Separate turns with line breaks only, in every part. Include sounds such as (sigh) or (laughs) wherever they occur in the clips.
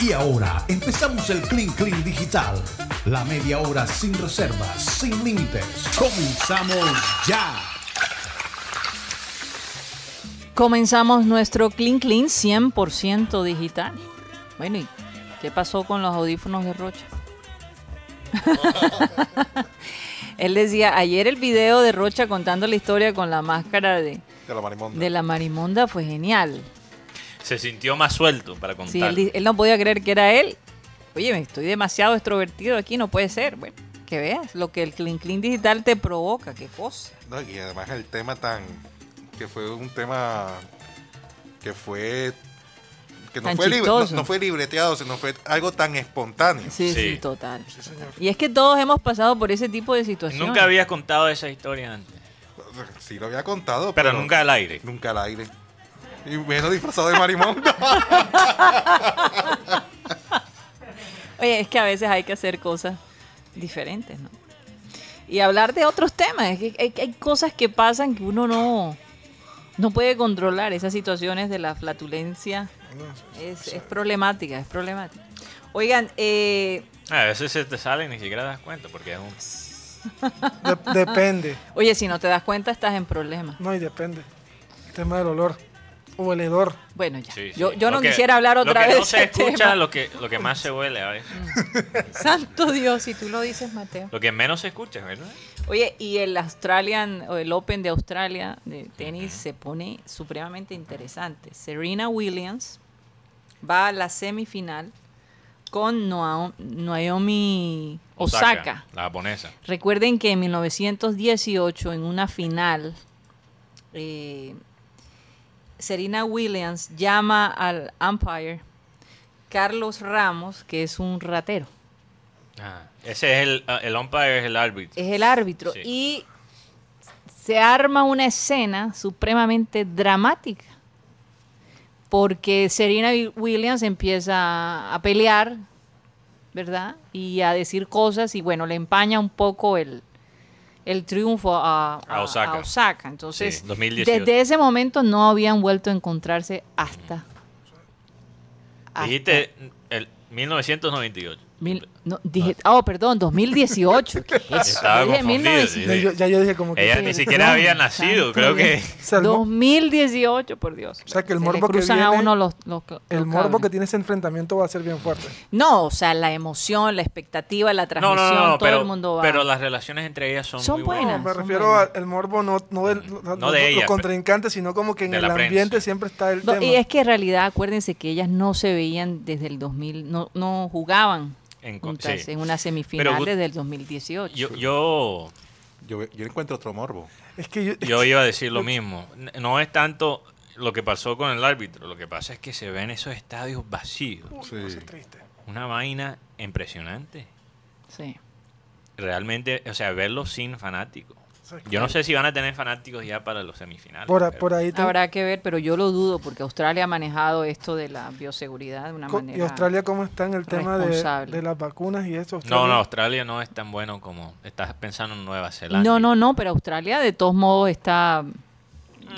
Y ahora empezamos el Clean Clean Digital. La media hora sin reservas, sin límites. Comenzamos ya.
Comenzamos nuestro Clean Clean 100% digital. Bueno, ¿y qué pasó con los audífonos de Rocha? (laughs) Él decía, ayer el video de Rocha contando la historia con la máscara de,
De la marimonda.
de la marimonda fue genial.
Se sintió más suelto para contar.
Sí, él, di- él no podía creer que era él. Oye, me estoy demasiado extrovertido aquí, no puede ser. Bueno, que veas lo que el Clean Clean Digital te provoca, qué cosa.
No, y además el tema tan. que fue un tema. que fue. que no,
Tan
fue, libre- no,
chistoso.
no fue libreteado, sino fue algo tan espontáneo.
Sí, sí,
Sí.
total.
Sí, señor.
Y es que todos hemos pasado por ese tipo de situaciones.
Nunca habías contado esa historia antes.
Sí lo había contado,
Pero nunca al aire.
Nunca al aire. Y menos disfrazado de marimonda.
Oye, es que a veces hay que hacer cosas diferentes, ¿no? Y hablar de otros temas. Es que hay, hay cosas que pasan que uno no, no puede controlar. Esas situaciones de la flatulencia es, es problemática, es problemática. Oigan, eh,
Ah, A veces se te sale y ni siquiera das cuenta porque es un...
De- depende.
oye, si no te das cuenta, estás en problemas.
No, y depende. El tema del olor. O el hedor.
Bueno, ya.
Sí, sí.
Yo, yo no
Lo que-
quisiera hablar otra
lo que
vez.
No se
de este
escucha
tema. Mm.
Lo, que, lo que más se huele a veces.
(laughs) Santo Dios, si tú lo dices, Mateo.
Lo que menos se escucha, ¿verdad?
Oye, y el Australian o el Open de Australia de tenis se pone supremamente interesante. Serena Williams va a la semifinal con Noa- Naomi Osaka.
La japonesa.
Recuerden que en 1918, en una final, eh, Serena Williams llama al umpire Carlos Ramos, que es un ratero.
Ah, ese es el, el umpire, es el árbitro.
es el árbitro.
Sí.
Y se arma una escena supremamente dramática. Porque Serena Wi- Williams empieza a pelear, ¿verdad? Y a decir cosas y bueno, le empaña un poco el, el triunfo a,
A Osaka.
Osaka. Entonces,
Sí, 2018.
desde ese momento no habían vuelto a encontrarse hasta... hasta
Dijiste el 1998.
ah, mil- no, dije, oh, perdón, 2018.
(laughs)
¿qué es eso?
Estaba
Yo dije
confundido,
1900.
Sí,
Ya,
sí.
yo, ya yo dije como que.
Ella
Perdón,
ni siquiera había nacido,
santo
creo que...
Dios.
Se armó.
2018, por Dios.
O sea, que el
Se
morbo
le
que
cruzan a
viene-
uno los, los- los
El morbo que
cables.
tiene ese enfrentamiento va a ser bien fuerte.
No, o sea, la emoción, la expectativa, la
No,
transmisión,
no, no, no,
todo
pero,
el mundo va.
pero las relaciones entre ellas son,
Son
muy
buenas.
No,
buenas.
me
son
refiero
buenas.
al morbo, no, no, del- no- no-
de
los
ella,
contrincantes, sino como que en
de
el
la
ambiente
prensa.
siempre está el
No,
tema.
y es que en realidad, acuérdense que ellas no se veían desde el 2000, no, no jugaban
En co-
juntas
sí.
en una semifinal
Pero-
desde el 2018.
Yo, yo,
Yo, yo encuentro otro morbo.
Es que yo, (laughs)
yo
(laughs)
iba a decir lo mismo. N- No es tanto lo que pasó con el árbitro, lo que pasa es que se ven esos estadios vacíos.
Uy,
Sí.
es triste.
Una vaina impresionante.
Sí.
Realmente, o sea, verlo sin fanáticos.
O sea,
Yo no sé si van a tener fanáticos ya para los semifinales.
Por, a-
pero-
por ahí te-
Habrá que ver, pero yo lo dudo porque Australia ha manejado esto de la bioseguridad de una
co-
manera.
¿Y Australia cómo está en el tema de,
responsable.
de las vacunas y
No,
eso? Australia-
no, Australia no es tan bueno como estás pensando en Nueva Zelanda.
No, no, no, pero Australia de todos modos está.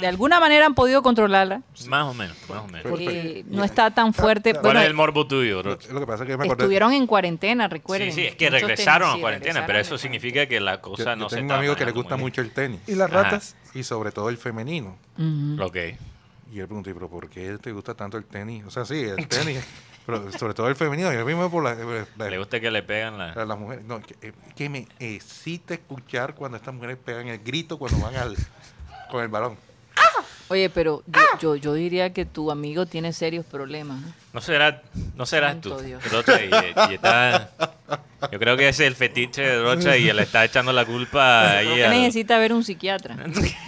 De alguna manera han podido controlarla.
Más o menos, más o menos.
Pero-
porque
pero-
no está tan fuerte.
¿Cuál
¿Cuál
Bueno,
es el morbo
Lo,
tuyo, Roch?
lo que pasa es que yo me acordé.
estuvieron en cuarentena, recuerden.
Sí, sí, es que
Muchos
regresaron
tenis-
a
sí,
cuarentena, pero
regresaron
eso
a cuarentena.
significa que la
yo,
cosa
yo
no se
tengo un
está
amigo que le
manejando
gusta
muy
mucho el tenis.
¿Y las
Ajá.
ratas?
Y sobre todo el femenino.
Ujú.
bien. Ok.
Y él preguntó, ¿y pero por qué te gusta tanto el tenis? O sea, sí, el tenis. pero sobre todo el femenino. Yo mismo por la, la-
Le gusta que le pegan
a
la...
las mujeres. No, que, eh, que me excita escuchar cuando estas mujeres pegan el grito cuando van al, con el balón.
Oye, pero yo,
¡Ah!
yo, yo diría que tu amigo tiene serios problemas. ¿no?
No será, no serás
Santo
tú.
Dios.
Rocha y, eh, y está- Yo creo que ese es el fetiche de Rocha y le está echando
(laughs)
la culpa ahí.
Creo
al-
que necesita ver un
(laughs)
psiquiatra.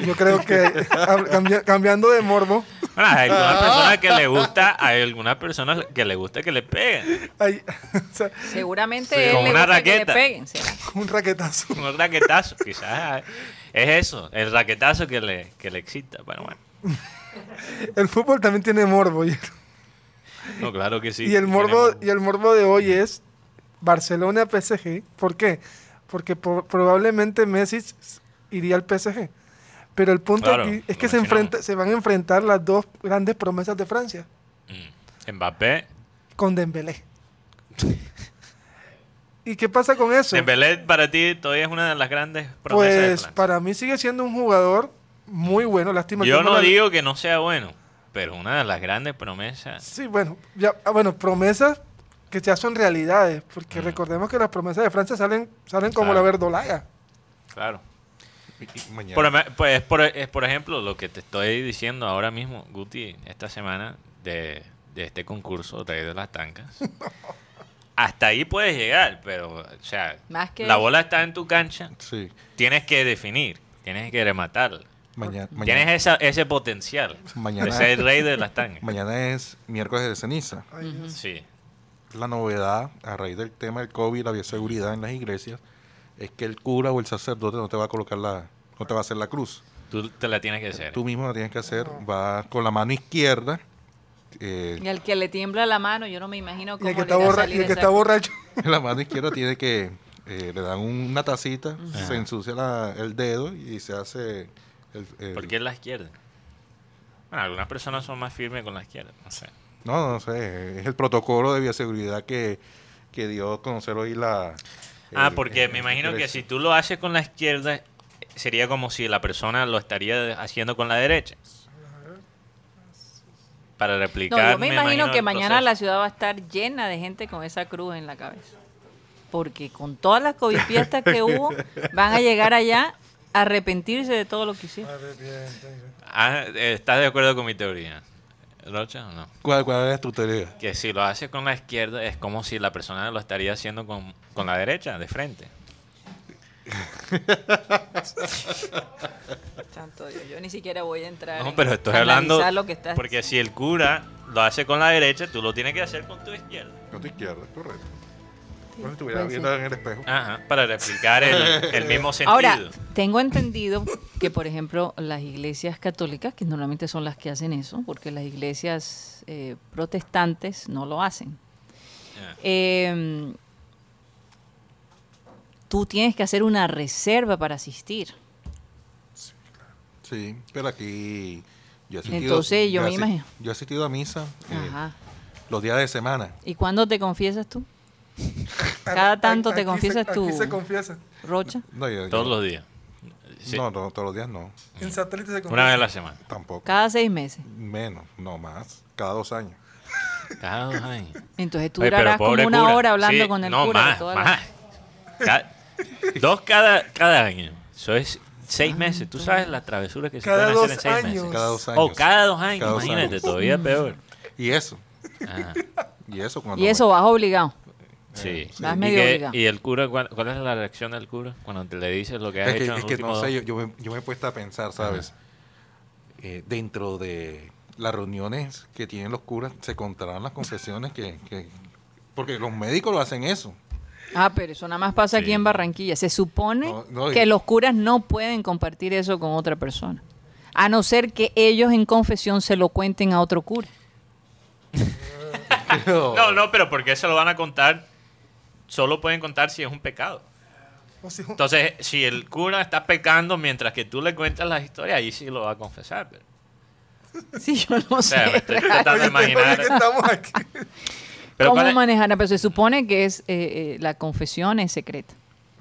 Yo creo que a- cambi- cambiando de morbo,
Bueno, hay algunas personas que le gusta, hay algunas personas que le gusta que le peguen.
hay (laughs) o sea,
Seguramente
Sí.
él
Con
le
una
gusta que le
raqueta.
peguen. ¿será?
un raquetazo.
Un raquetazo, quizás. Es eso, el raquetazo que le, que le excita. Bueno, bueno.
El fútbol también tiene morbo. Y,
No, claro que sí.
y el
Tiene
morbo y el morbo de hoy es Barcelona PSG. ¿Por qué? Porque po- probablemente Messi s- iría al PSG. Pero el punto
Claro,
aquí es
lo
que se, enfrenta,
mencionamos.
se van a enfrentar las dos grandes promesas de Francia.
Mm. Mbappé (laughs)
con Dembélé. ¿Y qué pasa con eso?
Dembélé para ti todavía es una de las grandes promesas de
Pues
Francia.
para mí sigue siendo un jugador muy bueno, lástima que
Yo no
la-
digo que no sea bueno, pero una de las grandes promesas.
Sí, bueno, ya, ah, bueno, promesas que ya son realidades, porque recordemos que las promesas de Francia salen, salen como
Claro.
la verdolaga.
Claro.
Y- y mañana.
Por, eme- pues, es por, es por ejemplo, lo que te estoy diciendo ahora mismo, Guti, esta semana de, de este concurso Rey de las
(laughs)
Tancas. Hasta ahí puedes llegar, pero, o sea,
Más que-
la bola está en tu cancha,
Sí.
tienes que definir, tienes que rematarla.
Mañana,
Tienes
mañana,
esa- ese potencial de
Mañana.
ser el rey
(laughs)
de las tangas.
mañana es miércoles de ceniza.
Sí.
La novedad a raíz del tema del COVID, la bioseguridad en las iglesias, es que el cura o el sacerdote no te va a colocar la, no te va a hacer la cruz.
Tú te la tienes que hacer.
Tú mismo la tienes que hacer, vas con la mano izquierda. eh,
Y al que le tiembla la mano, yo no me imagino
Y
cómo
el
le
que está,
irá a
borra-
salir
y el que
esa- (laughs)
está borracho. (laughs)
(laughs) la mano izquierda tiene que eh, le dan una tacita, se ensucia la- el dedo y se hace el, el-
¿Por qué la izquierda? Bueno, algunas personas son más firmes con la izquierda. No sé.
no, no sé, es el protocolo de bioseguridad que, que dio a conocer hoy la
Ah,
el-
porque
el-
me imagino que
iglesia.
si tú lo haces con la izquierda, sería como si la persona lo estaría haciendo con la derecha. Para replicar.
No, yo me imagino que
el
mañana la
proceso.
ciudad va a estar llena de gente con esa cruz en la cabeza. Porque con todas las COVID fiestas
(laughs)
que hubo, van a llegar allá a arrepentirse de todo lo que hicieron.
Ah, eh, ¿Estás de acuerdo con mi teoría? ¿Rocha o no?
¿Cuál, cuál es tu teoría?
Que si lo haces con la izquierda, es como si la persona lo estaría haciendo con, con la derecha, de frente.
Santo Dios, yo ni siquiera voy a entrar.
No,
en
pero estoy
analizar
hablando.
Lo que estás
Porque si el cura lo hace con la derecha, tú lo tienes que hacer con tu izquierda.
Con tu izquierda, correcto. Como si
puede
estuviera viendo en el espejo.
Ajá, para replicar el, el mismo sentido.
Ahora, tengo entendido que, por ejemplo, las iglesias católicas, que normalmente son las que hacen eso, porque las iglesias eh, protestantes no lo hacen.
Ya.
Eh, tú tienes que hacer una reserva para asistir.
Sí, pero aquí yo he asistido.
Entonces, yo
he
me
asi-
imagino.
Yo he asistido a misa eh,
Ajá.
los días de semana.
¿Y cuándo te confiesas tú? Cada tanto te
Aquí se-
confiesas tú,
Aquí se confiesa.
Rocha.
No, yo-
Todos
yo-
los días. Sí,
No, no, todos los días no.
En satélite se
Una
confiesa.
vez a la semana.
Tampoco.
Cada seis meses.
Menos, no más. Cada dos años.
Cada dos años.
Entonces tú
Oye, pero
durarás
pobre
como una
cura.
hora hablando
Sí,
con el
no,
cura. de
Más,
todas las-
más. Ca- dos cada, cada año. Eso es seis meses. Tú sabes las travesuras que se
Cada
pueden hacer en
dos
seis
años.
meses.
Cada dos años.
Oh, cada dos años.
Cada dos
imagínate,
años.
todavía peor.
Y eso.
Ajá,
Y eso cuando.
Y eso vas obligado.
sí.
Vas
¿Y,
medio
qué-
obligado.
y el cura, cuál, cuál es la reacción del cura cuando te le dices lo que has
Es que,
hecho en
es
los
que no
últimos
sé,
dos?
yo, yo me, yo me he puesto a pensar, ¿sabes? Eh, dentro de las reuniones que tienen los curas, se contarán las confesiones que. que- porque los médicos lo hacen eso.
Ah, pero eso nada más pasa aquí
Sí.
en Barranquilla. Se supone
No, no, y-
que los curas no pueden compartir eso con otra persona. A no ser que ellos en confesión se lo cuenten a otro cura. (laughs)
No, no, pero porque se lo van a contar. Solo pueden contar si es un pecado.
O si-
Entonces, si el cura está pecando mientras que tú le cuentas las historias, ahí sí lo va a confesar. pero-
Sí, yo no
(laughs) o sea, me
sé. (laughs)
estoy tratando de imaginar.
(laughs)
Oye, que estamos aquí.
Pero
¿Cómo
¿cuál es?
manejar? Pero se supone que es eh, eh, la confesión es secreta.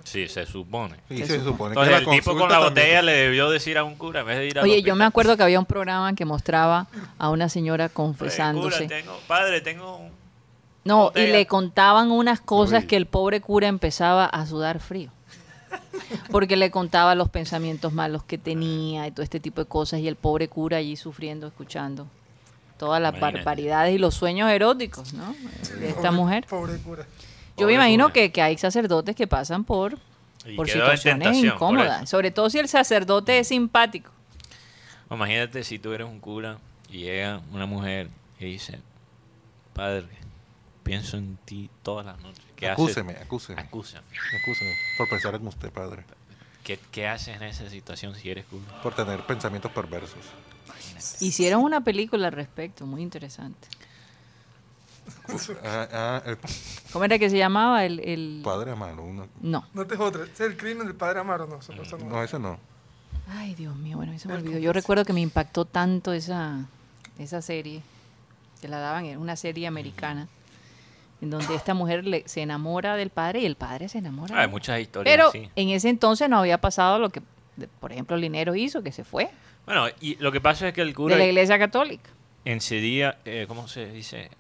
Sí, se supone.
Y se supone que
Entonces,
la
el tipo con
consulta
la
también-
botella le debió decir a un cura en vez de ir a
Oye, yo me acuerdo que había un programa que mostraba a una señora confesándose.
tengo, padre, tengo un...
No, y
botella.
le contaban unas cosas
Uy.
que el pobre cura empezaba a sudar frío. Porque le contaba los pensamientos malos que tenía y todo este tipo de cosas. Y el pobre cura allí sufriendo, escuchando todas las
Imagínate.
barbaridades y los sueños eróticos, ¿no? De esta
Pobre-
mujer.
Pobre cura.
Yo me
Pobre
imagino
cura.
que, que hay sacerdotes que pasan por,
Y
por
quedó en
situaciones
tentación, por
incómodas.
eso.
sobre todo si el sacerdote es simpático.
Imagínate si tú eres un cura y llega una mujer y dice, padre, pienso en ti todas las noches. ¿Qué haces?
Acúseme, acúseme.
Acúsame.
Acúseme por pensar en usted, padre.
¿Qué, ¿Qué haces en esa situación si eres cura?
Por tener pensamientos perversos.
Hicieron una película al respecto, muy interesante.
Ah, ah, el
¿Cómo era que se llamaba? El, el...
padre amado. uno-
No.
No te es otra. Ese es el crimen del padre Amaro. No, eso no, eso no.
No, ese no.
Ay, Dios mío, bueno, eso me olvidó. Yo recuerdo que me impactó tanto esa, esa serie, que la daban, era una serie americana, en donde esta mujer le- se enamora del padre y el padre se enamora. de
Ah, hay
ella.
muchas historias
Pero
así.
en ese entonces no había pasado lo que, de- por ejemplo, Linero hizo, que se fue
Bueno, y lo que pasa es que el
de
cura
la iglesia católica.
incidía, eh, ¿cómo se dice?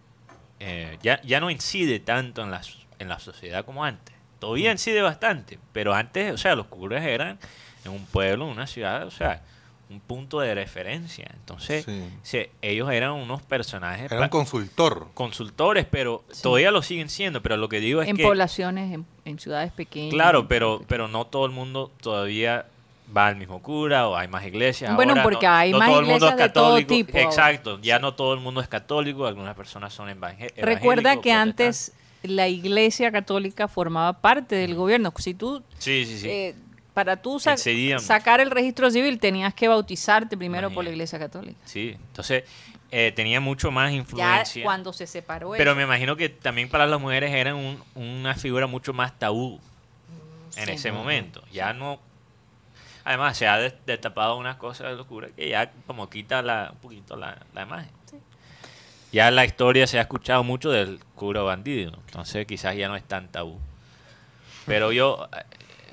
Eh, ya, ya no incide tanto en la, s- en la sociedad como antes. Todavía incide bastante, pero antes, o sea, los curas eran en un pueblo, en una ciudad, o sea, un punto de referencia. Entonces,
Sí.
se- ellos eran unos personajes
Era un
pra-
consultor.
consultores, pero todavía lo siguen siendo. Pero lo que digo es
En
que...
poblaciones, en, en ciudades pequeñas.
Claro, pero, pero no todo el mundo todavía va al mismo cura o hay más iglesias.
Bueno,
ahora, no-
porque hay
no
más
todo el mundo es
iglesias de todo
católico.
tipo ahora.
Exacto, ya no todo el mundo es católico, algunas personas son evangé- evangélicos.
Recuerda que
protestantes.
antes la iglesia católica formaba parte del gobierno. Si tú
Sí, sí, sí.
eh, para tú sa-
Excedían.
sacar el registro civil tenías que bautizarte primero por la
Imagínate.
Iglesia Católica.
sí. Entonces, eh, tenía mucho más
Ya
influencia.
cuando se separó
pero
eso,
me imagino que también para las mujeres eran un- una figura mucho más tabú en
sí.
ese momento. Ya no. Además, se ha des- destapado unas cosas de locura que ya como quita la, un poquito la, la imagen. Ya la historia se ha escuchado mucho del cura bandido, entonces quizás ya no es tan tabú. Pero yo, eh,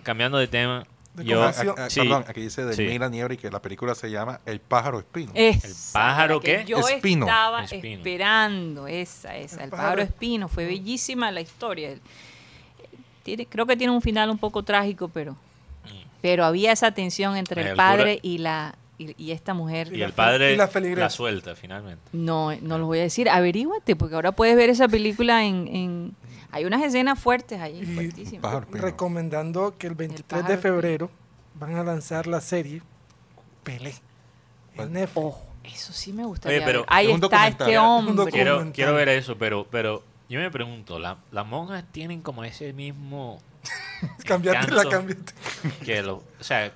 cambiando de tema,
De
yo,
conversación.
Ah, ah,
sí,
Perdón, aquí dice de
Sí.
Mila Niebre y que la película se llama El pájaro espino.
Esa,
¿El pájaro
la que
qué?
Yo
Espino.
estaba
Espino.
esperando esa, esa. El,
El
pájaro
pájaro
espino. Fue bellísima la historia. Tiene, creo que tiene un final un poco trágico, pero,
Mm.
pero había esa tensión entre el,
El cura-
padre y la y, y esta mujer.
y el padre
y la
la,
feligresa.
suelta finalmente.
No, no los voy a decir. Averíguate, porque ahora puedes ver esa película en... en- hay unas escenas fuertes allí,
Y-
fuertísimas.
Pájaro espino.
Recomendando que el 23 de
pájaro.
febrero van a lanzar la serie Pelé.
Bueno.
En Netflix.
Ojo, eso sí me gustaría.
Oye, pero-
ver. Ahí
Es un
está
documental.
este
Un
hombre.
docu-
Quiero,
Comentario.
quiero ver eso, pero, pero yo me pregunto, ¿la- las monjas tienen como ese mismo
(laughs) Cambiate la
Encanto.
cambiate.
que lo, o sea,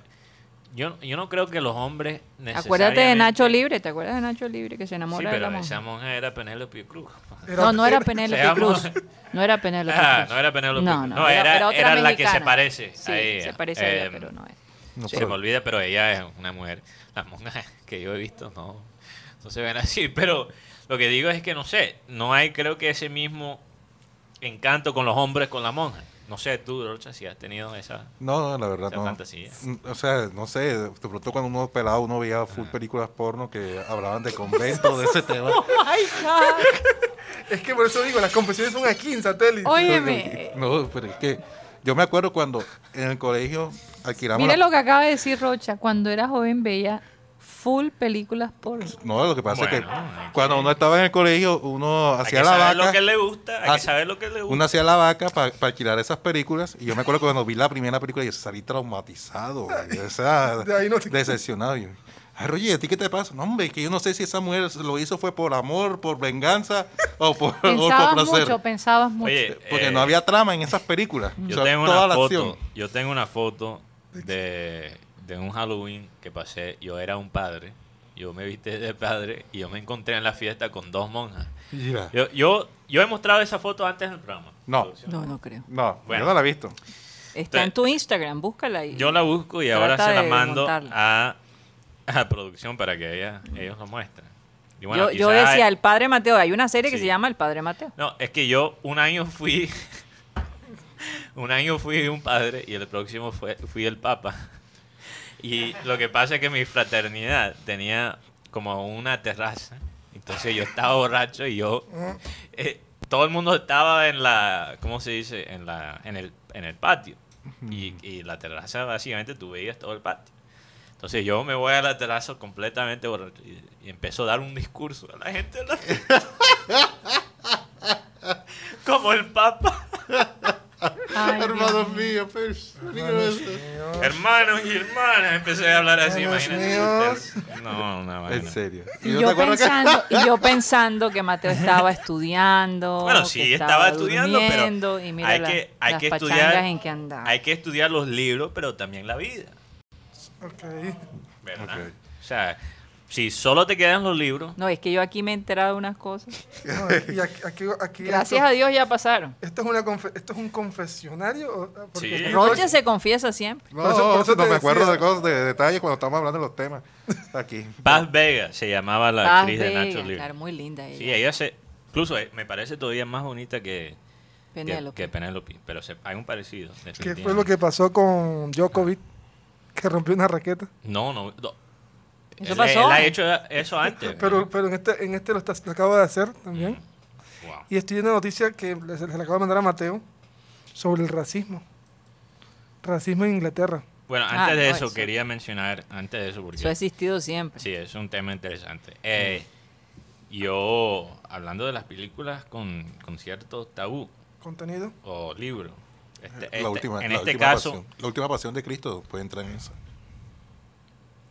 yo, yo no creo que los hombres
Acuérdate de Nacho
necesariamente-
Libre, ¿te acuerdas de Nacho Libre que se enamora
Sí,
de la
pero
monja?
esa monja era Penélope Cruz.
No, no era Penélope
Seamos-
Cruz. No era Penélope
Ah,
Cruz.
no era Penélope
No,
Cruz.
no,
No, era-
otra
era la que
mexicana.
se parece
Sí,
a ella.
se parece a ella,
Em,
pero no
(laughs)
es.
No,
Se
pero-
me olvida, pero ella es una mujer. Las monjas que yo he visto no, no se ven así, (laughs) pero lo que digo es que no sé, no hay creo que ese mismo encanto con los hombres con la monja. No sé tú, Rocha, si has tenido esa...
No, no, la verdad
Esa
no.
fantasía.
N- O sea, no sé, de pronto cuando uno pelado uno veía full películas porno que hablaban de conventos, de ese tema.
Es que por eso digo, las confesiones son aquí en satélite.
Óyeme,
No, pero es que yo me acuerdo cuando en el colegio alquilamos
mire
la-
lo que acaba de decir Rocha. Cuando era joven, veía full películas por...
No, lo que pasa es que
Bueno, hay que-
cuando uno estaba en el colegio uno
Hay que
hacía la
saber lo
vaca,
que le gusta, hay que
hace-
saber lo que le gusta.
uno hacía la vaca para alquilar esas películas y yo me acuerdo que cuando vi la primera película yo salí traumatizado, güey, o sea,
De ahí no te-
decepcionado. Yo, Ay, Roger, ¿a ti qué te pasa? No, hombre, que yo no sé si esa mujer lo hizo fue por amor, por venganza o por, o por
(laughs) Pensabas
placer.
mucho, pensabas mucho.
Oye,
Porque
eh,
no había trama en esas películas. O
Yo,
sea,
tengo
toda
una
la
foto,
acción.
yo tengo una foto de, de un Halloween que pasé. Yo era un padre. Yo me viste de padre y yo me encontré en la fiesta con dos monjas.
Mira.
Yo, yo, yo he mostrado esa foto antes en el programa.
No,
No, no creo.
no,
Bueno.
yo no la he visto.
Está en tu Instagram, búscala ahí.
Yo la busco y ahora
Trata
se la
de
mando
montarla.
a, a producción para que ella- ellos lo muestren. Y
yo,
bueno,
yo
quizás-
decía, El Padre Mateo. Hay una serie que
Sí.
se llama El Padre Mateo.
No, es que yo un año fui. (laughs) un año fui un padre y el próximo fue, fui el papa. Y lo que pasa es que mi fraternidad tenía como una terraza. Entonces yo estaba borracho y yo. eh, todo el mundo estaba en la. ¿Cómo se dice? En, la, en, el, en el patio. Y, y la terraza, básicamente, tú veías todo el patio. Entonces yo me voy a la terraza completamente borracho y, y empiezo a dar un discurso a la gente. de la fiesta. (laughs) Como el Papa.
Ay,
Hermanos míos,
pues,
Hermanos y hermanas, empecé a hablar así,
Hermanos
imagínate. usted. No, no,
En
bueno.
serio.
Y
no
yo,
te acuerdas que-
pensando, y yo pensando que Mateo estaba estudiando.
Bueno,
que
sí, estaba estudiando, pero
durmiendo, y mira
hay
la-
que, hay
las
que
pachangas
estudiar,
en que andaba.
hay que estudiar los libros, pero también la vida,
(laughs)
Ok.
¿verdad?
Ok.
O sea, si solo te quedan los libros,
No, es que yo aquí me he enterado de unas cosas.
No, aquí, aquí- aquí- aquí
Gracias
esto-
a Dios ya pasaron.
Esto es, una confe- esto es un confesionario. ¿o? Porque-
Sí.
Rocha se confiesa siempre.
No,
Por eso- por eso
no
te
me acuerdo
decía.
de cosas, de detalles cuando estamos hablando de los temas. Aquí.
Paz Vega se llamaba la
Paz
actriz de
Vega,
Nacho Libre.
claro, muy linda ella.
Sí, ella se, Incluso eh, me parece todavía más bonita que que-
Penélope.
que Penélope, pero se- hay un parecido.
¿Qué
definitivamente.
fue lo que pasó con Djokovic? Que rompió una raqueta.
No, no. no.
Eso
él,
pasó.
él ha hecho eso antes.
Pero, pero en este, en este lo, está- lo acabo de hacer también.
Wow.
Y estoy viendo una noticia que le- se la acabo de mandar a Mateo sobre el racismo. Racismo en Inglaterra.
Bueno,
Ah,
antes de
no,
eso,
eso.
quería mencionar, antes de eso, porque
Eso ha existido siempre.
sí, es un tema interesante. Eh, yo, hablando de las películas con, con cierto tabú
Contenido.
o libro, este- este-
la última,
en
la
este
última
caso,
pasión, la última pasión de Cristo puede entrar en eso.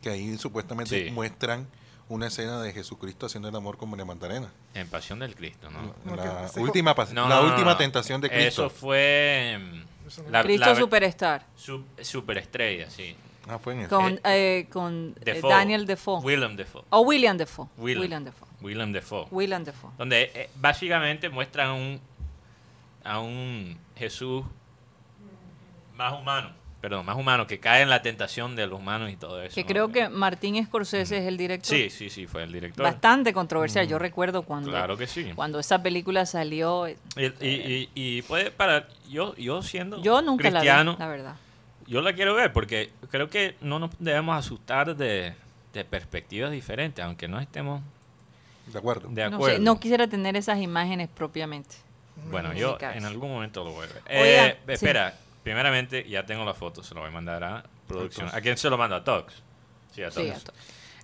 Que ahí supuestamente
Sí.
muestran una escena de Jesucristo haciendo el amor con María Magdalena.
en Pasión del Cristo, ¿no?
No,
La
que-
última, pas-
No,
la
no, no,
última
no.
tentación de Cristo.
Eso fue. mm,
Eso no-
la-
Cristo
la-
Superstar.
su- superestrella, sí.
Ah, fue en eso.
Con, eh, con eh,
Defoe.
Daniel Defoe.
Willem Defoe.
o William Defoe.
Willem.
William Defoe.
Willem Dafoe.
William Defoe.
Donde eh, básicamente muestran un, a un Jesús más humano. Perdón, más humano, que cae en la tentación de los humanos y todo eso.
Que
¿no?
creo que Martín Scorsese es el director.
Sí, sí, sí, fue el director.
Bastante controversial. Yo recuerdo cuando,
Claro que sí.
cuando esa película salió. eh,
Y, y- y- y puede para. Yo, yo siendo
Yo nunca
cristiano,
la vi, la verdad.
yo la quiero ver porque creo que no nos debemos asustar de, de perspectivas diferentes, aunque no estemos
De acuerdo.
de
No, sé,
acuerdo.
no quisiera tener esas imágenes propiamente.
Bueno, yo
Musicales.
en algún momento lo voy a ver.
Oiga,
Eh,
sí.
espera, primeramente ya tengo la foto, se lo voy a mandar a producción.
Entonces.
¿A quién se lo manda? ¿A Tox? Sí, a Tox.
Sí, a Tox.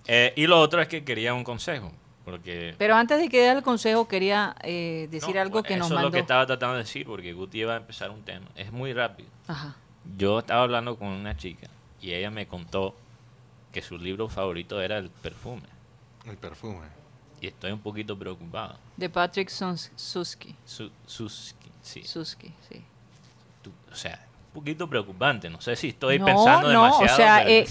Eh, y lo otro es que quería un consejo, porque...
Pero antes de que dé el consejo, quería eh,
No,
decir algo que nos
Eso es
mandó.
lo que estaba tratando de decir, porque Guti iba a empezar un tema. Es muy rápido.
Ajá.
Yo estaba hablando con una chica y ella me contó que su libro favorito era el perfume.
El perfume.
Y estoy un poquito preocupado.
De Patrick Sus- Susky.
Su, Suski, sí.
Susky, sí.
Tú- o sea, un poquito preocupante. No sé si estoy
no,
pensando
no,
demasiado.
o sea,
pero-
eh,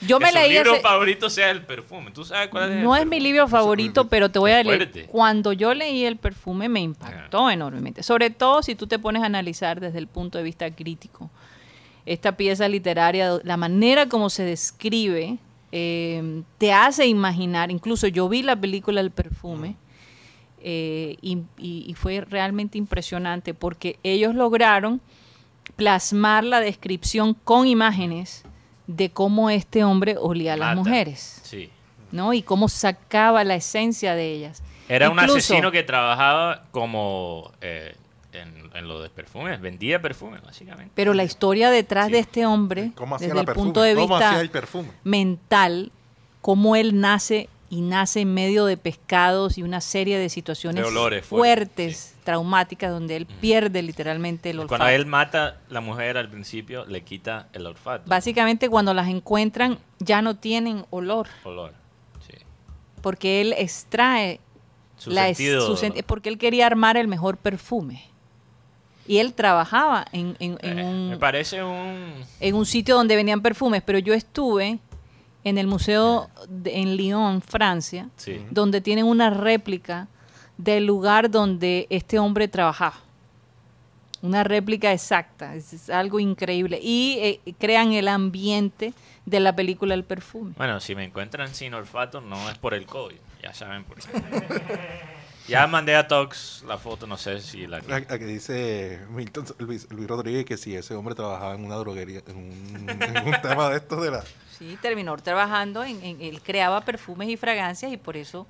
yo
que
me
su
leí
libro
ese-
favorito sea el perfume. ¿Tú sabes cuál es? el
No es mi
perfume?
libro favorito, pero te voy a
Es
leer.
fuerte.
Cuando yo leí El perfume me impactó enormemente, sobre todo si tú te pones a analizar desde el punto de vista crítico esta pieza literaria, la manera como se describe, eh, te hace imaginar, incluso yo vi la película El perfume eh, y- y- y fue realmente impresionante porque ellos lograron plasmar la descripción con imágenes de cómo este hombre olía a las
Mata.
mujeres.
Sí.
¿no? Y cómo sacaba la esencia de ellas.
Era un
Incluso-
asesino que trabajaba como eh, en, en lo de perfumes. Vendía perfumes, básicamente.
Pero la historia detrás
Sí.
de este hombre,
¿Cómo hacía
desde
la
el
perfume?
punto de
¿Cómo hacía
vista
el perfume?
mental, cómo él nace y nace en medio de pescados y una serie de situaciones
De olores fuertes,
fuertes, traumáticas, donde él pierde literalmente el olfato.
Cuando él mata a la mujer al principio, le quita el olfato.
Básicamente cuando las encuentran ya no tienen olor,
Olor. Sí.
porque él extrae
Su
la es-
sentido. Eh,
su sen- porque él quería armar el mejor perfume. Y él trabajaba en, en- en
Eh,
un...
Me parece un.
en un sitio donde vendían perfumes, pero yo estuve en el museo de- en Lyon, Francia,
Sí.
donde tienen una réplica del lugar donde este hombre trabajaba. Una réplica exacta, es, es algo increíble. Y eh, crean el ambiente de la película El perfume.
Bueno, si me encuentran sin olfato, no es por el COVID. Ya saben por qué. ya mandé a Tox la foto, no sé si la.
La, la que dice Milton Luis, Luis Rodríguez que si ese hombre trabajaba en una droguería, en un, (laughs) en un tema de estos de la...
Sí, terminó trabajando en, en- él creaba perfumes y fragancias y por eso,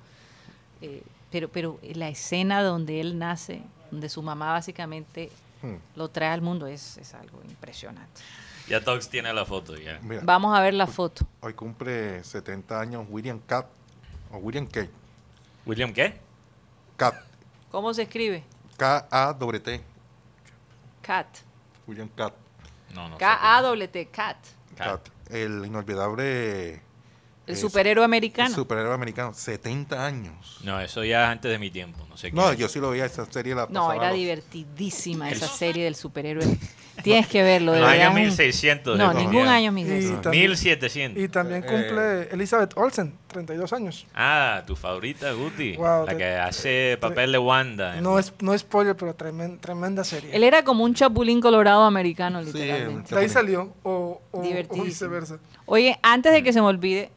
eh, pero, pero la escena donde él nace, donde su mamá básicamente
Hmm.
lo trae al mundo, es, es algo impresionante.
Ya Tox tiene la foto, ya.
Mira,
Vamos a ver la foto.
hoy cumple 70 años William Cat o William Kate.
¿William qué?
Cat,
¿Ców se escribe?
K-A-T,
Cat.
William Cat.
No, no. sé
K-A-W-T, Cat.
qué.
Cat, el inolvidable
El
Es-
superhéroe americano.
superhéroe americano, 70 años.
No, eso ya es antes de mi tiempo, no sé qué.
No, yo sí lo veía esa serie la
no,
pasaba
era
los-
divertidísima esa serie del superhéroe. Tienes que verlo, de
Los
verdad.
años
es un-
1600.
No,
de-
ningún año
Y
1600.
tam-
1700.
Y también
Eh,
cumple Elizabeth Olsen, 32 años.
Ah, tu favorita, Guti.
Wow,
la
te-
que hace papel de Wanda. en-
No es, no es spoiler, pero tremen- tremenda serie.
Él era como un chapulín colorado americano,
Sí,
literalmente.
De ahí salió, o, o- o
Divertidísimo.
viceversa.
Oye, antes de que se me olvide,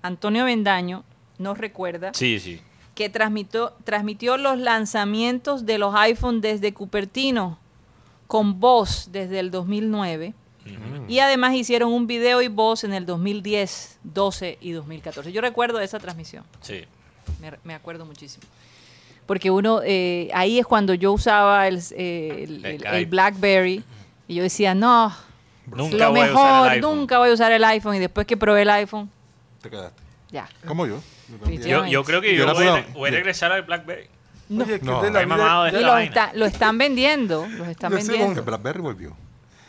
Antonio Bendaño nos recuerda
Sí, sí.
que transmitió, transmitió los lanzamientos de los iPhone desde Cupertino con voz desde el 2009. Y además hicieron un video y voz en el 2010, 12 y 2014. Yo recuerdo esa transmisión,
Sí.
me, me acuerdo muchísimo. Porque uno, eh, ahí es cuando yo usaba el, eh, el- el- el
Skype.
BlackBerry y yo decía, no,
Nunca
lo
voy a usar el
mejor,
iPhone".
nunca voy a usar el iPhone. Y después que probé el iPhone,
Te quedaste.
ya.
Como yo.
Yo, yo creo que
Yo
yo,
la
voy, a,
puedo-
voy a regresar al BlackBerry.
Oye, que
No,
de la
hay
vida-
mamado eh. de-
Y
la
los
vaina.
está- lo están vendiendo, los están
Yo soy
Que
vendiendo.
Blackberry volvió.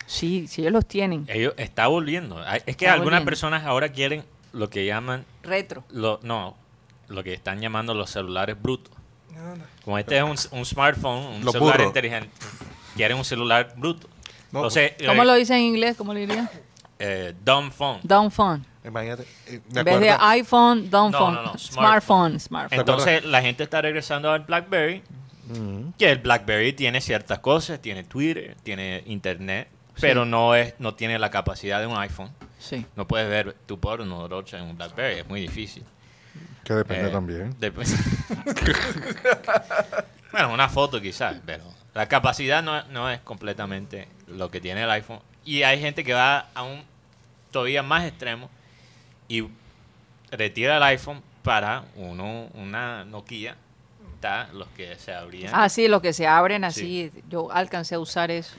Sí, sí, ellos los tienen.
Ellos está volviendo. Hay- Es que
Está
algunas
volviendo.
personas ahora quieren lo que llaman
Retro.
lo, no, lo que están llamando los celulares brutos.
No, no.
Como este es un, un smartphone, un
Los
celular
burros.
inteligente, quieren un celular bruto.
No.
Entonces,
¿Cómo
eh,
lo dicen en inglés? ¿Cómo lo dirían?
eh, dumb phone.
Down phone.
Imagínate. eh, me
En vez de
acuerdo.
iPhone, down
No,
phone.
no, no,
smartphone.
smartphone.
Smartphone.
Entonces, la gente está regresando al BlackBerry, que el BlackBerry tiene ciertas cosas, tiene Twitter, tiene internet, pero no es no tiene la capacidad de un iPhone.
Sí.
No puedes ver tu porno Rocha en un BlackBerry, es muy difícil.
Que depende
Eh,
Pues también.
de- (laughs) bueno, una foto quizás, pero la capacidad no, no es completamente lo que tiene el iPhone. Y hay gente que va a un todavía más extremo y retira el iPhone para uno, una Nokia, está los que se abrían.
Ah, sí, los que se abren así. Yo alcancé a usar eso.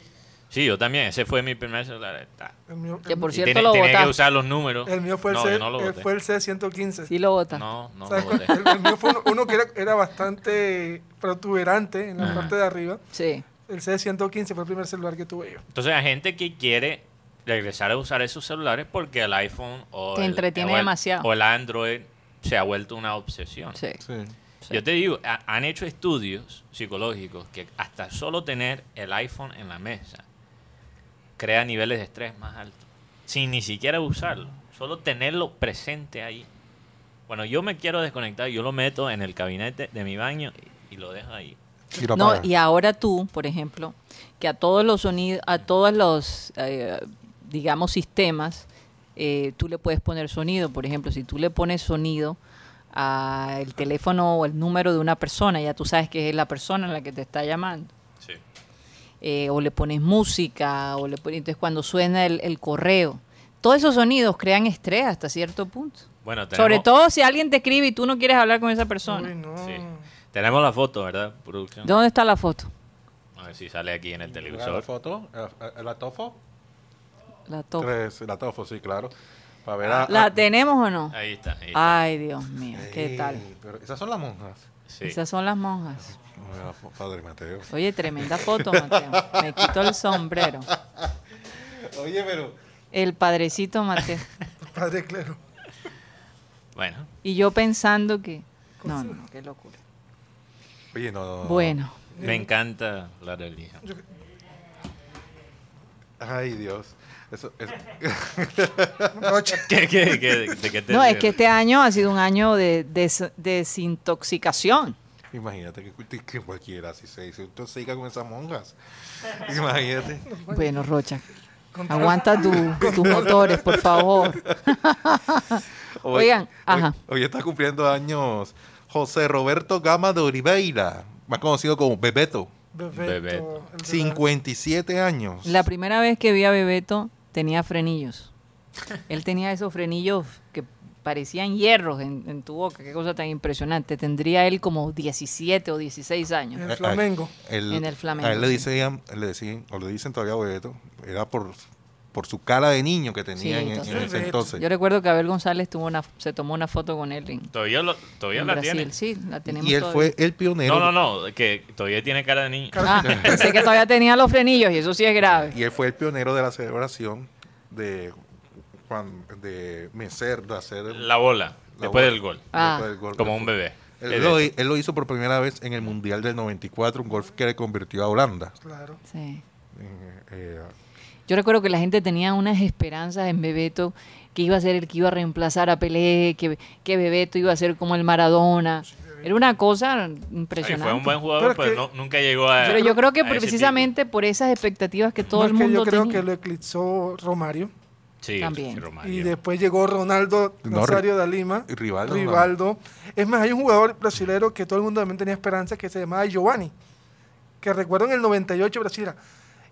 Sí, yo también, ese fue mi primer celular. ta.
El mío,
Que por
Y
cierto
tiene-
lo
tenía que
botaste.
usar los números.
el mío fue el,
No,
C,
yo no lo
eh,
boté.
fue el C115.
Sí lo botaste.
(laughs) No, no
¿Sabes
lo
cuál?
boté.
el, el mío fue uno, uno que era, era bastante protuberante en la
Ajá.
parte de arriba.
Sí.
El C115 fue el primer celular que tuve yo.
Entonces hay gente que quiere regresar a usar esos celulares porque el iPhone o,
Te
el,
entretiene
o el-
demasiado.
o el Android se ha vuelto una obsesión.
Sí.
Sí.
sí.
Yo te digo, ha- han hecho estudios psicológicos que hasta solo tener el iPhone en la mesa crea niveles de estrés más altos, sin ni siquiera usarlo, solo tenerlo presente ahí. Bueno, yo me quiero desconectar, yo lo meto en el gabinete de mi baño y lo dejo ahí.
Y lo
No,
apagas.
y ahora tú, por ejemplo, que a todos los sonidos, a todos los, eh, digamos, sistemas, eh, tú le puedes poner sonido. Por ejemplo, si tú le pones sonido al teléfono o el número de una persona, ya tú sabes que es la persona la que te está llamando.
Sí.
Eh, o le pones música, o le pones, entonces cuando suena el, el correo. Todos esos sonidos crean estrés hasta cierto punto.
Bueno,
Sobre
tenemos-
todo si alguien te escribe y tú no quieres hablar con esa persona.
Uy, no.
Sí. Tenemos la foto, ¿verdad, producción?
¿Dónde está la foto?
A ver si sale aquí en el
La
televisor.
foto, eh, la tofo.
La topo.
Tres, la tofo, sí, claro. Para ver a.
¿La
a-
tenemos o no?
Ahí está. ahí está.
Ay, Dios mío, ¿qué
Ey,
tal?
pero esas son las monjas.
Sí.
Esas son las monjas.
Mira, fa- Padre Mateo.
Oye, tremenda foto, Mateo. Me quito el sombrero.
Oye, pero.
El padrecito Mateo.
Padre Clero.
Bueno,
Y yo pensando que... No, no, no, qué locura.
Oye, no. no, no.
Bueno,
me encanta la religión.
Ay, Dios. Eso, eso-
Rocha.
¿Qué, qué, qué, de, de qué te
no, es
ríes?
que este año ha sido un año de des- desintoxicación.
imagínate que, que cualquiera, si se dice, usted siga con esas monjas. Imagínate.
Bueno, Rocha, aguanta tu- tus motores, por favor.
Hoy-
Oigan,
hoy-
ajá.
Hoy está cumpliendo años José Roberto Gama de Oliveira, más conocido como Bebeto.
Bebeto.
Bebeto.
el de la-
57 años.
La primera vez que vi a Bebeto tenía frenillos. Él tenía esos frenillos que parecían hierros en, en tu boca. Qué cosa tan impresionante. Tendría él como 17 o 16 años.
El Flamengo.
El-
En el Flamengo,
A él le
sí.
decían, le decían, o le dicen todavía Bebeto, era por, por su cara de niño que tenía
Sí,
en, en
entonces-
ese entonces.
Yo recuerdo que Abel González tuvo una, se tomó una foto con él en,
Todavía, lo- todavía
en
la
Brasil.
tiene.
Sí, la tenemos
Y él
todavía.
fue el pionero.
No, no, no, que todavía tiene cara de niño.
Ah, pensé que todavía tenía los frenillos y eso sí es
(laughs)
grave.
Y él fue el pionero de la celebración de, cuan- de mecer, de hacer
La bola,
la
después
bola.
del gol.
Ah.
Después del gol.
Como un
Él fue-
bebé.
Él lo, él lo hizo por primera vez en el Mundial del 94, un golf que le convirtió a Holanda.
Claro.
Sí.
Eh, eh,
Yo recuerdo que la gente tenía unas esperanzas en Bebeto, que iba a ser el que iba a reemplazar a Pelé, que, que Bebeto iba a ser como el Maradona. Era una cosa
Ay,
impresionante.
fue un buen
Pero
jugador,
es
pero
que-
no- nunca llegó a.
Pero yo creo que
a ese
precisamente por esas expectativas que todo
No,
el
es que
mundo
yo creo
tenía.
que lo eclipsó Romario.
Sí,
También.
sí, Romario.
Y después llegó Ronaldo
No,
Nazario da Lima.
y Rivaldo, no.
Rivaldo. Es más, hay un jugador brasilero que todo el mundo también tenía esperanza que se llamaba Giovanni. Que recuerdo en el 98 Brasil era.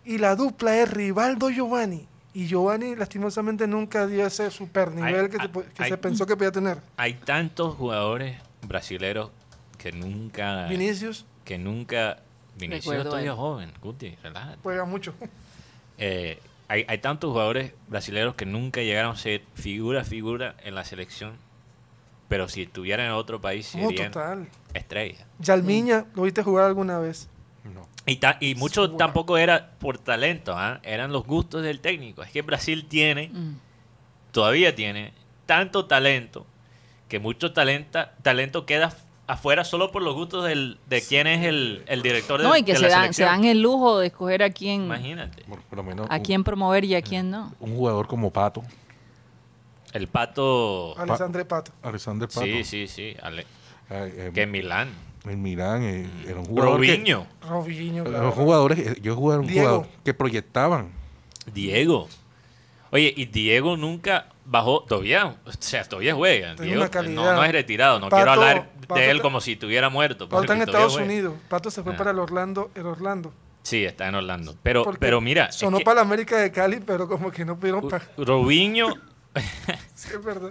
Y la dupla es Rivaldo Giovanni. Y Giovanni lastimosamente nunca dio ese super nivel
Ay,
que, se,
ay,
po- que
ay.
se pensó que podía tener.
Hay tantos jugadores brasileros que nunca.
Vinicius
Que nunca. Vinicius
Recuerdo
todavía
a él.
joven, Guti, relájate.
juega mucho.
Eh, hay, hay tantos jugadores brasileños que nunca llegaron a ser figura figura en la selección, pero si estuvieran en otro país
(laughs) No,
serían
total.
estrellas.
Yalmiña, ¿lo viste jugar alguna vez?
No.
Y, ta- y mucho
Wow.
tampoco era por talento, ¿ah? eran los gustos del técnico. Es que Brasil tiene,
Mm.
todavía tiene, tanto talento que mucho talenta, talento queda afuera solo por los gustos del, de quién es el, el director de,
No, y que
de
se
la
dan, se
selección.
dan el lujo de escoger a quién,
Imagínate.
Por, por lo menos
a
un-
quién promover y a quién no.
Un, jugador como Pato,
El pato...
Alessandre Ah, Pato.
Alexander Pato.
Sí, sí, sí. Ale-
Ay, eh,
Que en Milán.
En Milán eh, era un jugador. que-
Mm. Robinho.
Robinho.
los
claro.
jugadores, eh, yo jugaba un
Diego.
jugador que proyectaban.
Diego. Oye, y Diego nunca bajó, todavía, o sea, todavía juega.
Tiene
Diego
una calidad.
no, no es retirado, no
Pato-
quiero hablar
Pato
de él
está-
como si estuviera muerto.
Pato
porque
está en
todavía
Estados
juega.
Unidos. Pato se fue
Ah.
para el Orlando. El Orlando.
Sí, está en Orlando. Pero,
Porque
pero mira, es
Sonó
que
para la América de Cali, pero como que no pudieron pagar.
(laughs) Robinho,
(laughs) Sí, es verdad.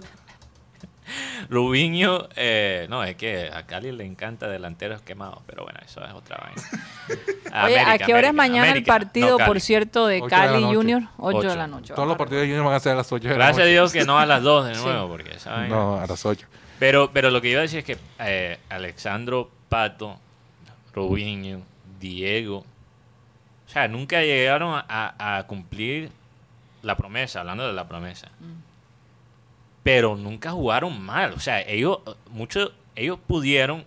Robinho, eh, no, es que a Cali le encanta delanteros quemados, pero bueno, eso es otra vaina.
Oye, ¿a
América,
qué hora es
América,
mañana
América.
el partido,
No,
por
Cali.
cierto, de
Ocho de la
Cali
noche.
Junior? 8 de
Ocho.
la noche.
Todos los partidos de ellos van a ser a las 8 de la
Gracias a
noche.
Dios que no a las 2 de
Sí.
nuevo, porque esa vaina-
No, a las 8.
Pero, pero lo que iba a decir es que eh, Alexandro Pato, Robinho, Diego, o sea, nunca llegaron a, a- a cumplir la promesa, hablando de la promesa.
Mm.
Pero nunca jugaron mal, o sea, ellos, eh, muchos, ellos pudieron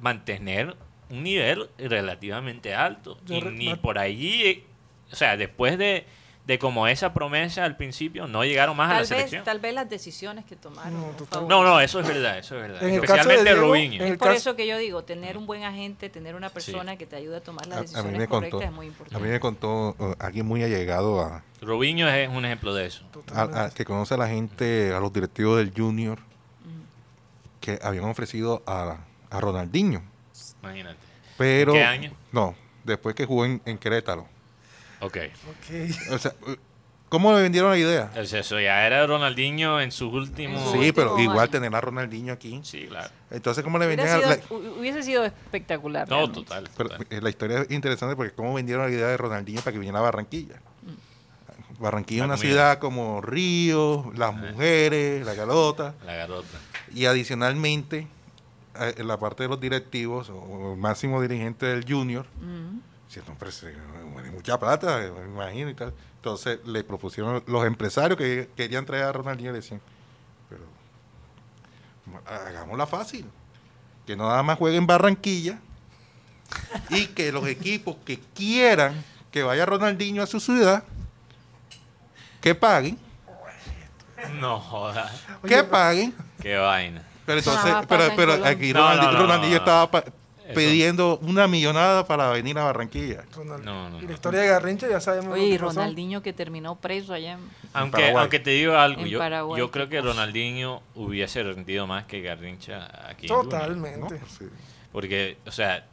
mantener un nivel relativamente alto.
Yo
y
re-
ni
Mat-
por allí, eh, o sea, después de, de como esa promesa al principio, no llegaron más a la
Tal vez,
selección.
tal vez las decisiones que tomaron.
No,
¿no?
total.
Favor.
No, no, eso es verdad, eso es verdad.
En el caso de
Especialmente
Diego,
Robinho.
en el
Por
caso-
eso que yo digo, tener un buen agente, tener una persona que te ayude a tomar
A-
las
a mí
decisiones
me contó.
correctas es muy
A mí
importante.
me contó eh, alguien muy allegado a,
Robinho es un ejemplo de eso.
Totalmente.
a- a- que conoce a la gente, a los directivos del Junior, que habían ofrecido a, a Ronaldinho.
Imagínate.
Pero,
¿Qué año?
No, después que jugó en, en Querétaro.
Ok.
Ok.
O sea, eh, ¿cómo le vendieron la idea?
O sea, eso ya era Ronaldinho en sus últimos.
su
Sí, pero
último
igual
año.
tener a Ronaldinho aquí.
Sí, claro.
Entonces, ¿cómo le
Hubiera
vendían la,
sido- hu- hubiese sido espectacular.
No,
realmente.
total.
Pero,
total.
eh, la historia es interesante porque cómo vendieron la idea de Ronaldinho para que viniera a Barranquilla.
Mm.
Barranquilla
La
es una
comida.
ciudad como Río, las mujeres, la galota.
La garota.
Y adicionalmente, eh, en la parte de los directivos, o- o el máximo dirigente del Junior,
Mm.
diciendo, "Pero ese, eh, vale mucha plata, eh, me imagino y tal. Entonces le propusieron los empresarios que querían traer a Ronaldinho y le decían, pero ma- hagámosla fácil, que no nada más juegue en Barranquilla y que los equipos que quieran que vaya Ronaldinho a su ciudad, que paguen,
No joda.
que paguen.
Qué vaina.
Pero
Eso nada
entonces,
más
pero,
pasa en
pero
Colombia.
aquí
No,
Ronaldi-
no, no,
Ronaldinho
no, no.
estaba pa-
Eso.
pidiendo una millonada para venir a Barranquilla.
Ronaldo.
No, no,
y
no.
la historia de Garrincha ya sabemos.
Oye, y
lo que pasó.
Ronaldinho que terminó preso allá en...
Aunque,
Paraguay.
aunque te digo algo,
En
yo,
Paraguay,
yo creo
qué
que
cosa.
Ronaldinho hubiese rendido más que Garrincha aquí. en Junior.
¿no?
Totalmente.
Sí.
Porque, o sea,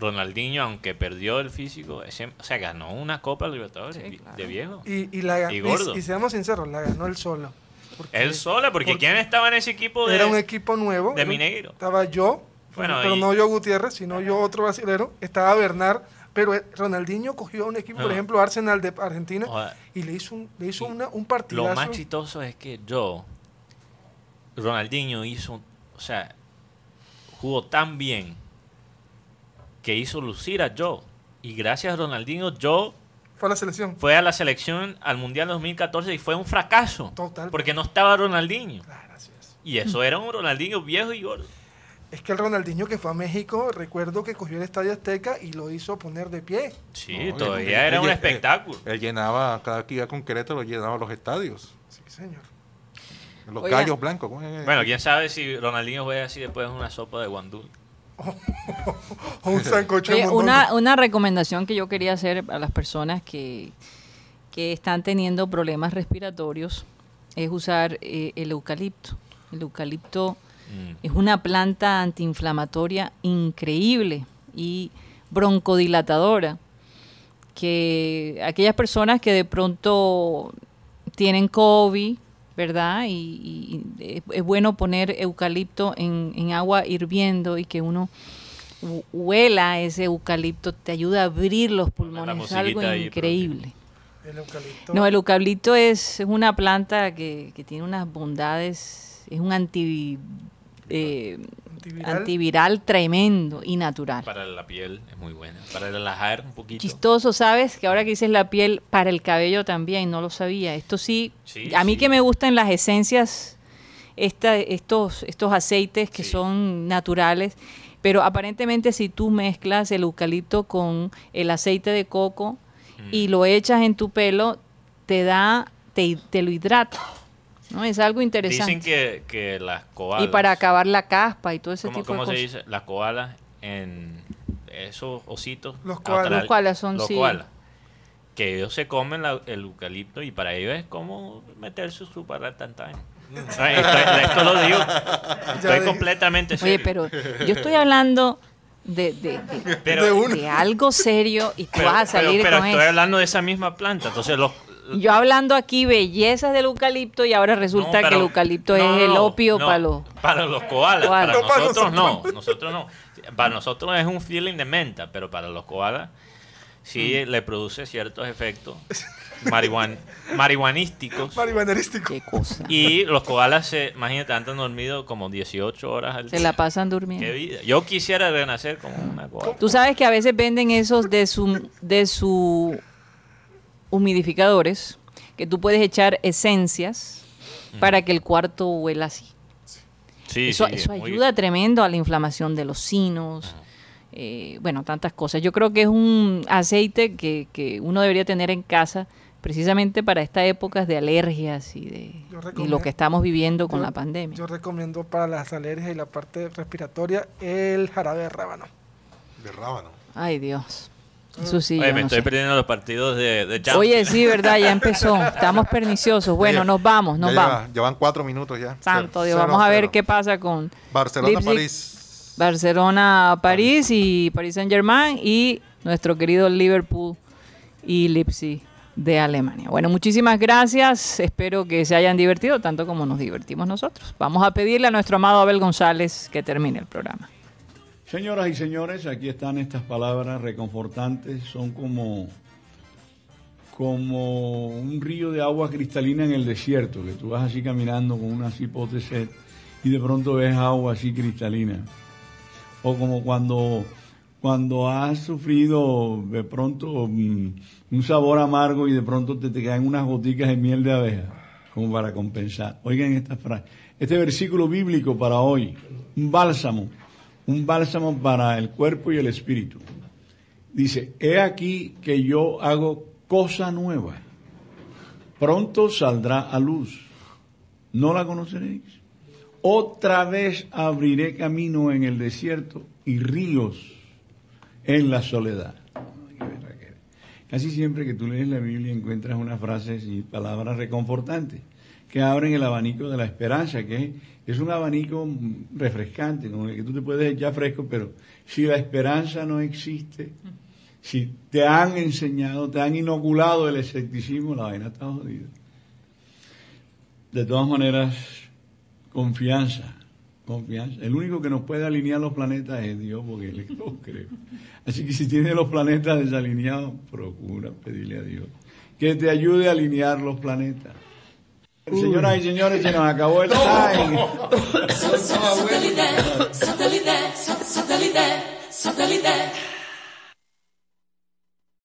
Ronaldinho, aunque perdió el físico, ese- o sea, ganó una Copa Libertadores
Sí,
vi-
claro.
de viejo.
Y, y, la, ga-
Y
y-
gordo.
y, seamos sinceros, la ganó él solo. Porque
Él sola, porque,
porque
¿quién estaba en ese equipo de,
Era un equipo nuevo.
de
era-
Mineiro?
Estaba yo,
Bueno,
pero
y-
no yo Gutiérrez, sino yo otro brasilero. Estaba Bernard, pero eh, Ronaldinho cogió a un equipo, por
No.
ejemplo, Arsenal de Argentina,
Joda.
y le hizo un, le hizo
Y
una, un partidazo.
Lo más chistoso es que yo, Ronaldinho hizo, o sea, jugó tan bien que hizo lucir a Joe. Y gracias a Ronaldinho, Joe
Fue a la selección.
fue a la selección al Mundial 2014 y fue un fracaso.
Total.
Porque no estaba Ronaldinho.
Claro, así es.
Y eso era un Ronaldinho viejo y gordo.
Es que el Ronaldinho que fue a México, recuerdo que cogió el Estadio Azteca y lo hizo poner de pie.
Sí,
No, eh, él-
todavía
él-
era un
él-
espectáculo.
Él, llenaba, cada que iba con Querétaro, llenaba los estadios.
Sí, señor. (laughs)
Los
Oiga.
gallos blancos. ¿cómo es?
Bueno, quién sabe si Ronaldinho fue así después de una sopa de guandul.
O un sancocho de
Oye,
mondongo.
una, una recomendación que yo quería hacer a las personas que, que están teniendo problemas respiratorios es usar eh, el eucalipto. El eucalipto
Mm.
es una planta antiinflamatoria increíble y broncodilatadora que aquellas personas que de pronto tienen COVID, ¿verdad? Y, y es, es bueno poner eucalipto en, en agua hirviendo y que uno hu- huela ese eucalipto, te ayuda a abrir los pulmones, es
musiquita
algo
ahí, pero sí.
increíble.
El eucalipto.
No, el eucalipto es, es una planta que, que tiene unas bondades, es un anti, eh,
Antiviral.
antiviral tremendo y natural.
Para la piel es muy buena. Para relajar un poquito.
Chistoso, ¿sabes? Que ahora que dices la piel, para el cabello también, no lo sabía. Esto sí,
Sí,
a mí
sí.
que me gustan las esencias, esta, estos, estos aceites que
Sí.
son naturales, pero aparentemente si tú mezclas el eucalipto con el aceite de coco
Mm.
y lo echas en tu pelo, te da, te, te lo hidrata. ¿no? Es algo interesante.
Dicen que, que las
y
cobalas.
para acabar la caspa y todo ese
¿Cómo,
tipo de
cómo
cosas.
se dice? Las koalas en esos ositos.
Los koalas.
koalas.
Los koalas son, sí.
Que ellos se comen la- el eucalipto y para ellos es como meterse su para tantán.
(laughs)
Esto, esto lo digo. Estoy
dije-
completamente
Oye,
serio.
pero yo estoy hablando de, de, de-
Pero-
de algo serio y tú vas a salir
pero
con
estoy
eso.
hablando de esa misma planta. Entonces, los.
Y Yo hablando aquí bellezas del eucalipto y ahora resulta
No,
que
pero-
el eucalipto
no,
es el
no,
opio
no,
para los...
Para los koalas.
Koalas.
Para
No, para
nosotros no. Nosotros no. Para nosotros es un feeling de menta, pero para los koalas sí eh, le produce ciertos efectos marihuan, marihuanísticos.
Marihuanerístico.
Qué cosa.
Y los koalas, se, imagínate, andan dormidos como 18 horas al
Se
día.
la pasan
Qué
durmiendo.
vida. Yo quisiera renacer como una koala.
Tú sabes que a veces venden esos de su, de su humidificadores que tú puedes echar esencias para que el cuarto huela así.
Sí,
eso
sí,
eso
es muy-
ayuda tremendo a la inflamación de los sinos, eh, bueno, tantas cosas. Yo creo que es un aceite que, que uno debería tener en casa precisamente para estas épocas de alergias y de
Yo
y
recomiendo-
lo que estamos viviendo con
Yo-
la pandemia.
Yo recomiendo para las alergias y la parte respiratoria el jarabe de rábano.
De rábano.
Ay, Dios.
Ah.
Eso sí.
Oye,
yo
me
no
estoy
sé.
perdiendo los partidos de, de Champions.
Oye, sí, ¿verdad? Ya
(laughs)
empezó. Estamos perniciosos. Bueno,
Oye,
nos vamos, nos
ya
vamos.
Llevan, llevan cuatro minutos ya.
Santo
Cero,
Dios,
cero
vamos a ver
cero.
qué pasa con Leipzig,
Barcelona-París.
Barcelona, París y Paris Saint Germain y nuestro querido Liverpool y Leipzig de Alemania. Bueno, muchísimas gracias. Espero que se hayan divertido tanto como nos divertimos nosotros. Vamos a pedirle a nuestro amado Abel González que termine el programa.
Señoras y señores, aquí están estas palabras reconfortantes, son como, como un río de agua cristalina en el desierto, que tú vas así caminando con una así pote sed y de pronto ves agua así cristalina. O como cuando, cuando has sufrido de pronto mm, un sabor amargo y de pronto te, te caen unas goticas de miel de abeja, como para compensar. Oigan esta frase, este versículo bíblico para hoy, un bálsamo, un bálsamo para el cuerpo y el espíritu. Dice, he aquí que yo hago cosa nueva, pronto saldrá a luz, no la conoceréis. Otra vez abriré camino en el desierto y ríos en la soledad. Ay, qué verdad que- Casi siempre que tú lees la Biblia encuentras unas frases y palabras reconfortantes que abren el abanico de la esperanza, que es, es un abanico mm, refrescante, con el que tú te puedes echar fresco, pero si la esperanza no existe, si te han enseñado, te han inoculado el escepticismo, la vaina está jodida. De todas maneras, Confianza, confianza. El único que nos puede alinear los planetas es Dios, porque Él es lo creo. Así que si tienes los planetas desalineados, procura pedirle a Dios que te ayude a alinear los planetas. Señoras y señores, se nos acabó el time.
Satellite, satellite, satellite, satellite, satellite.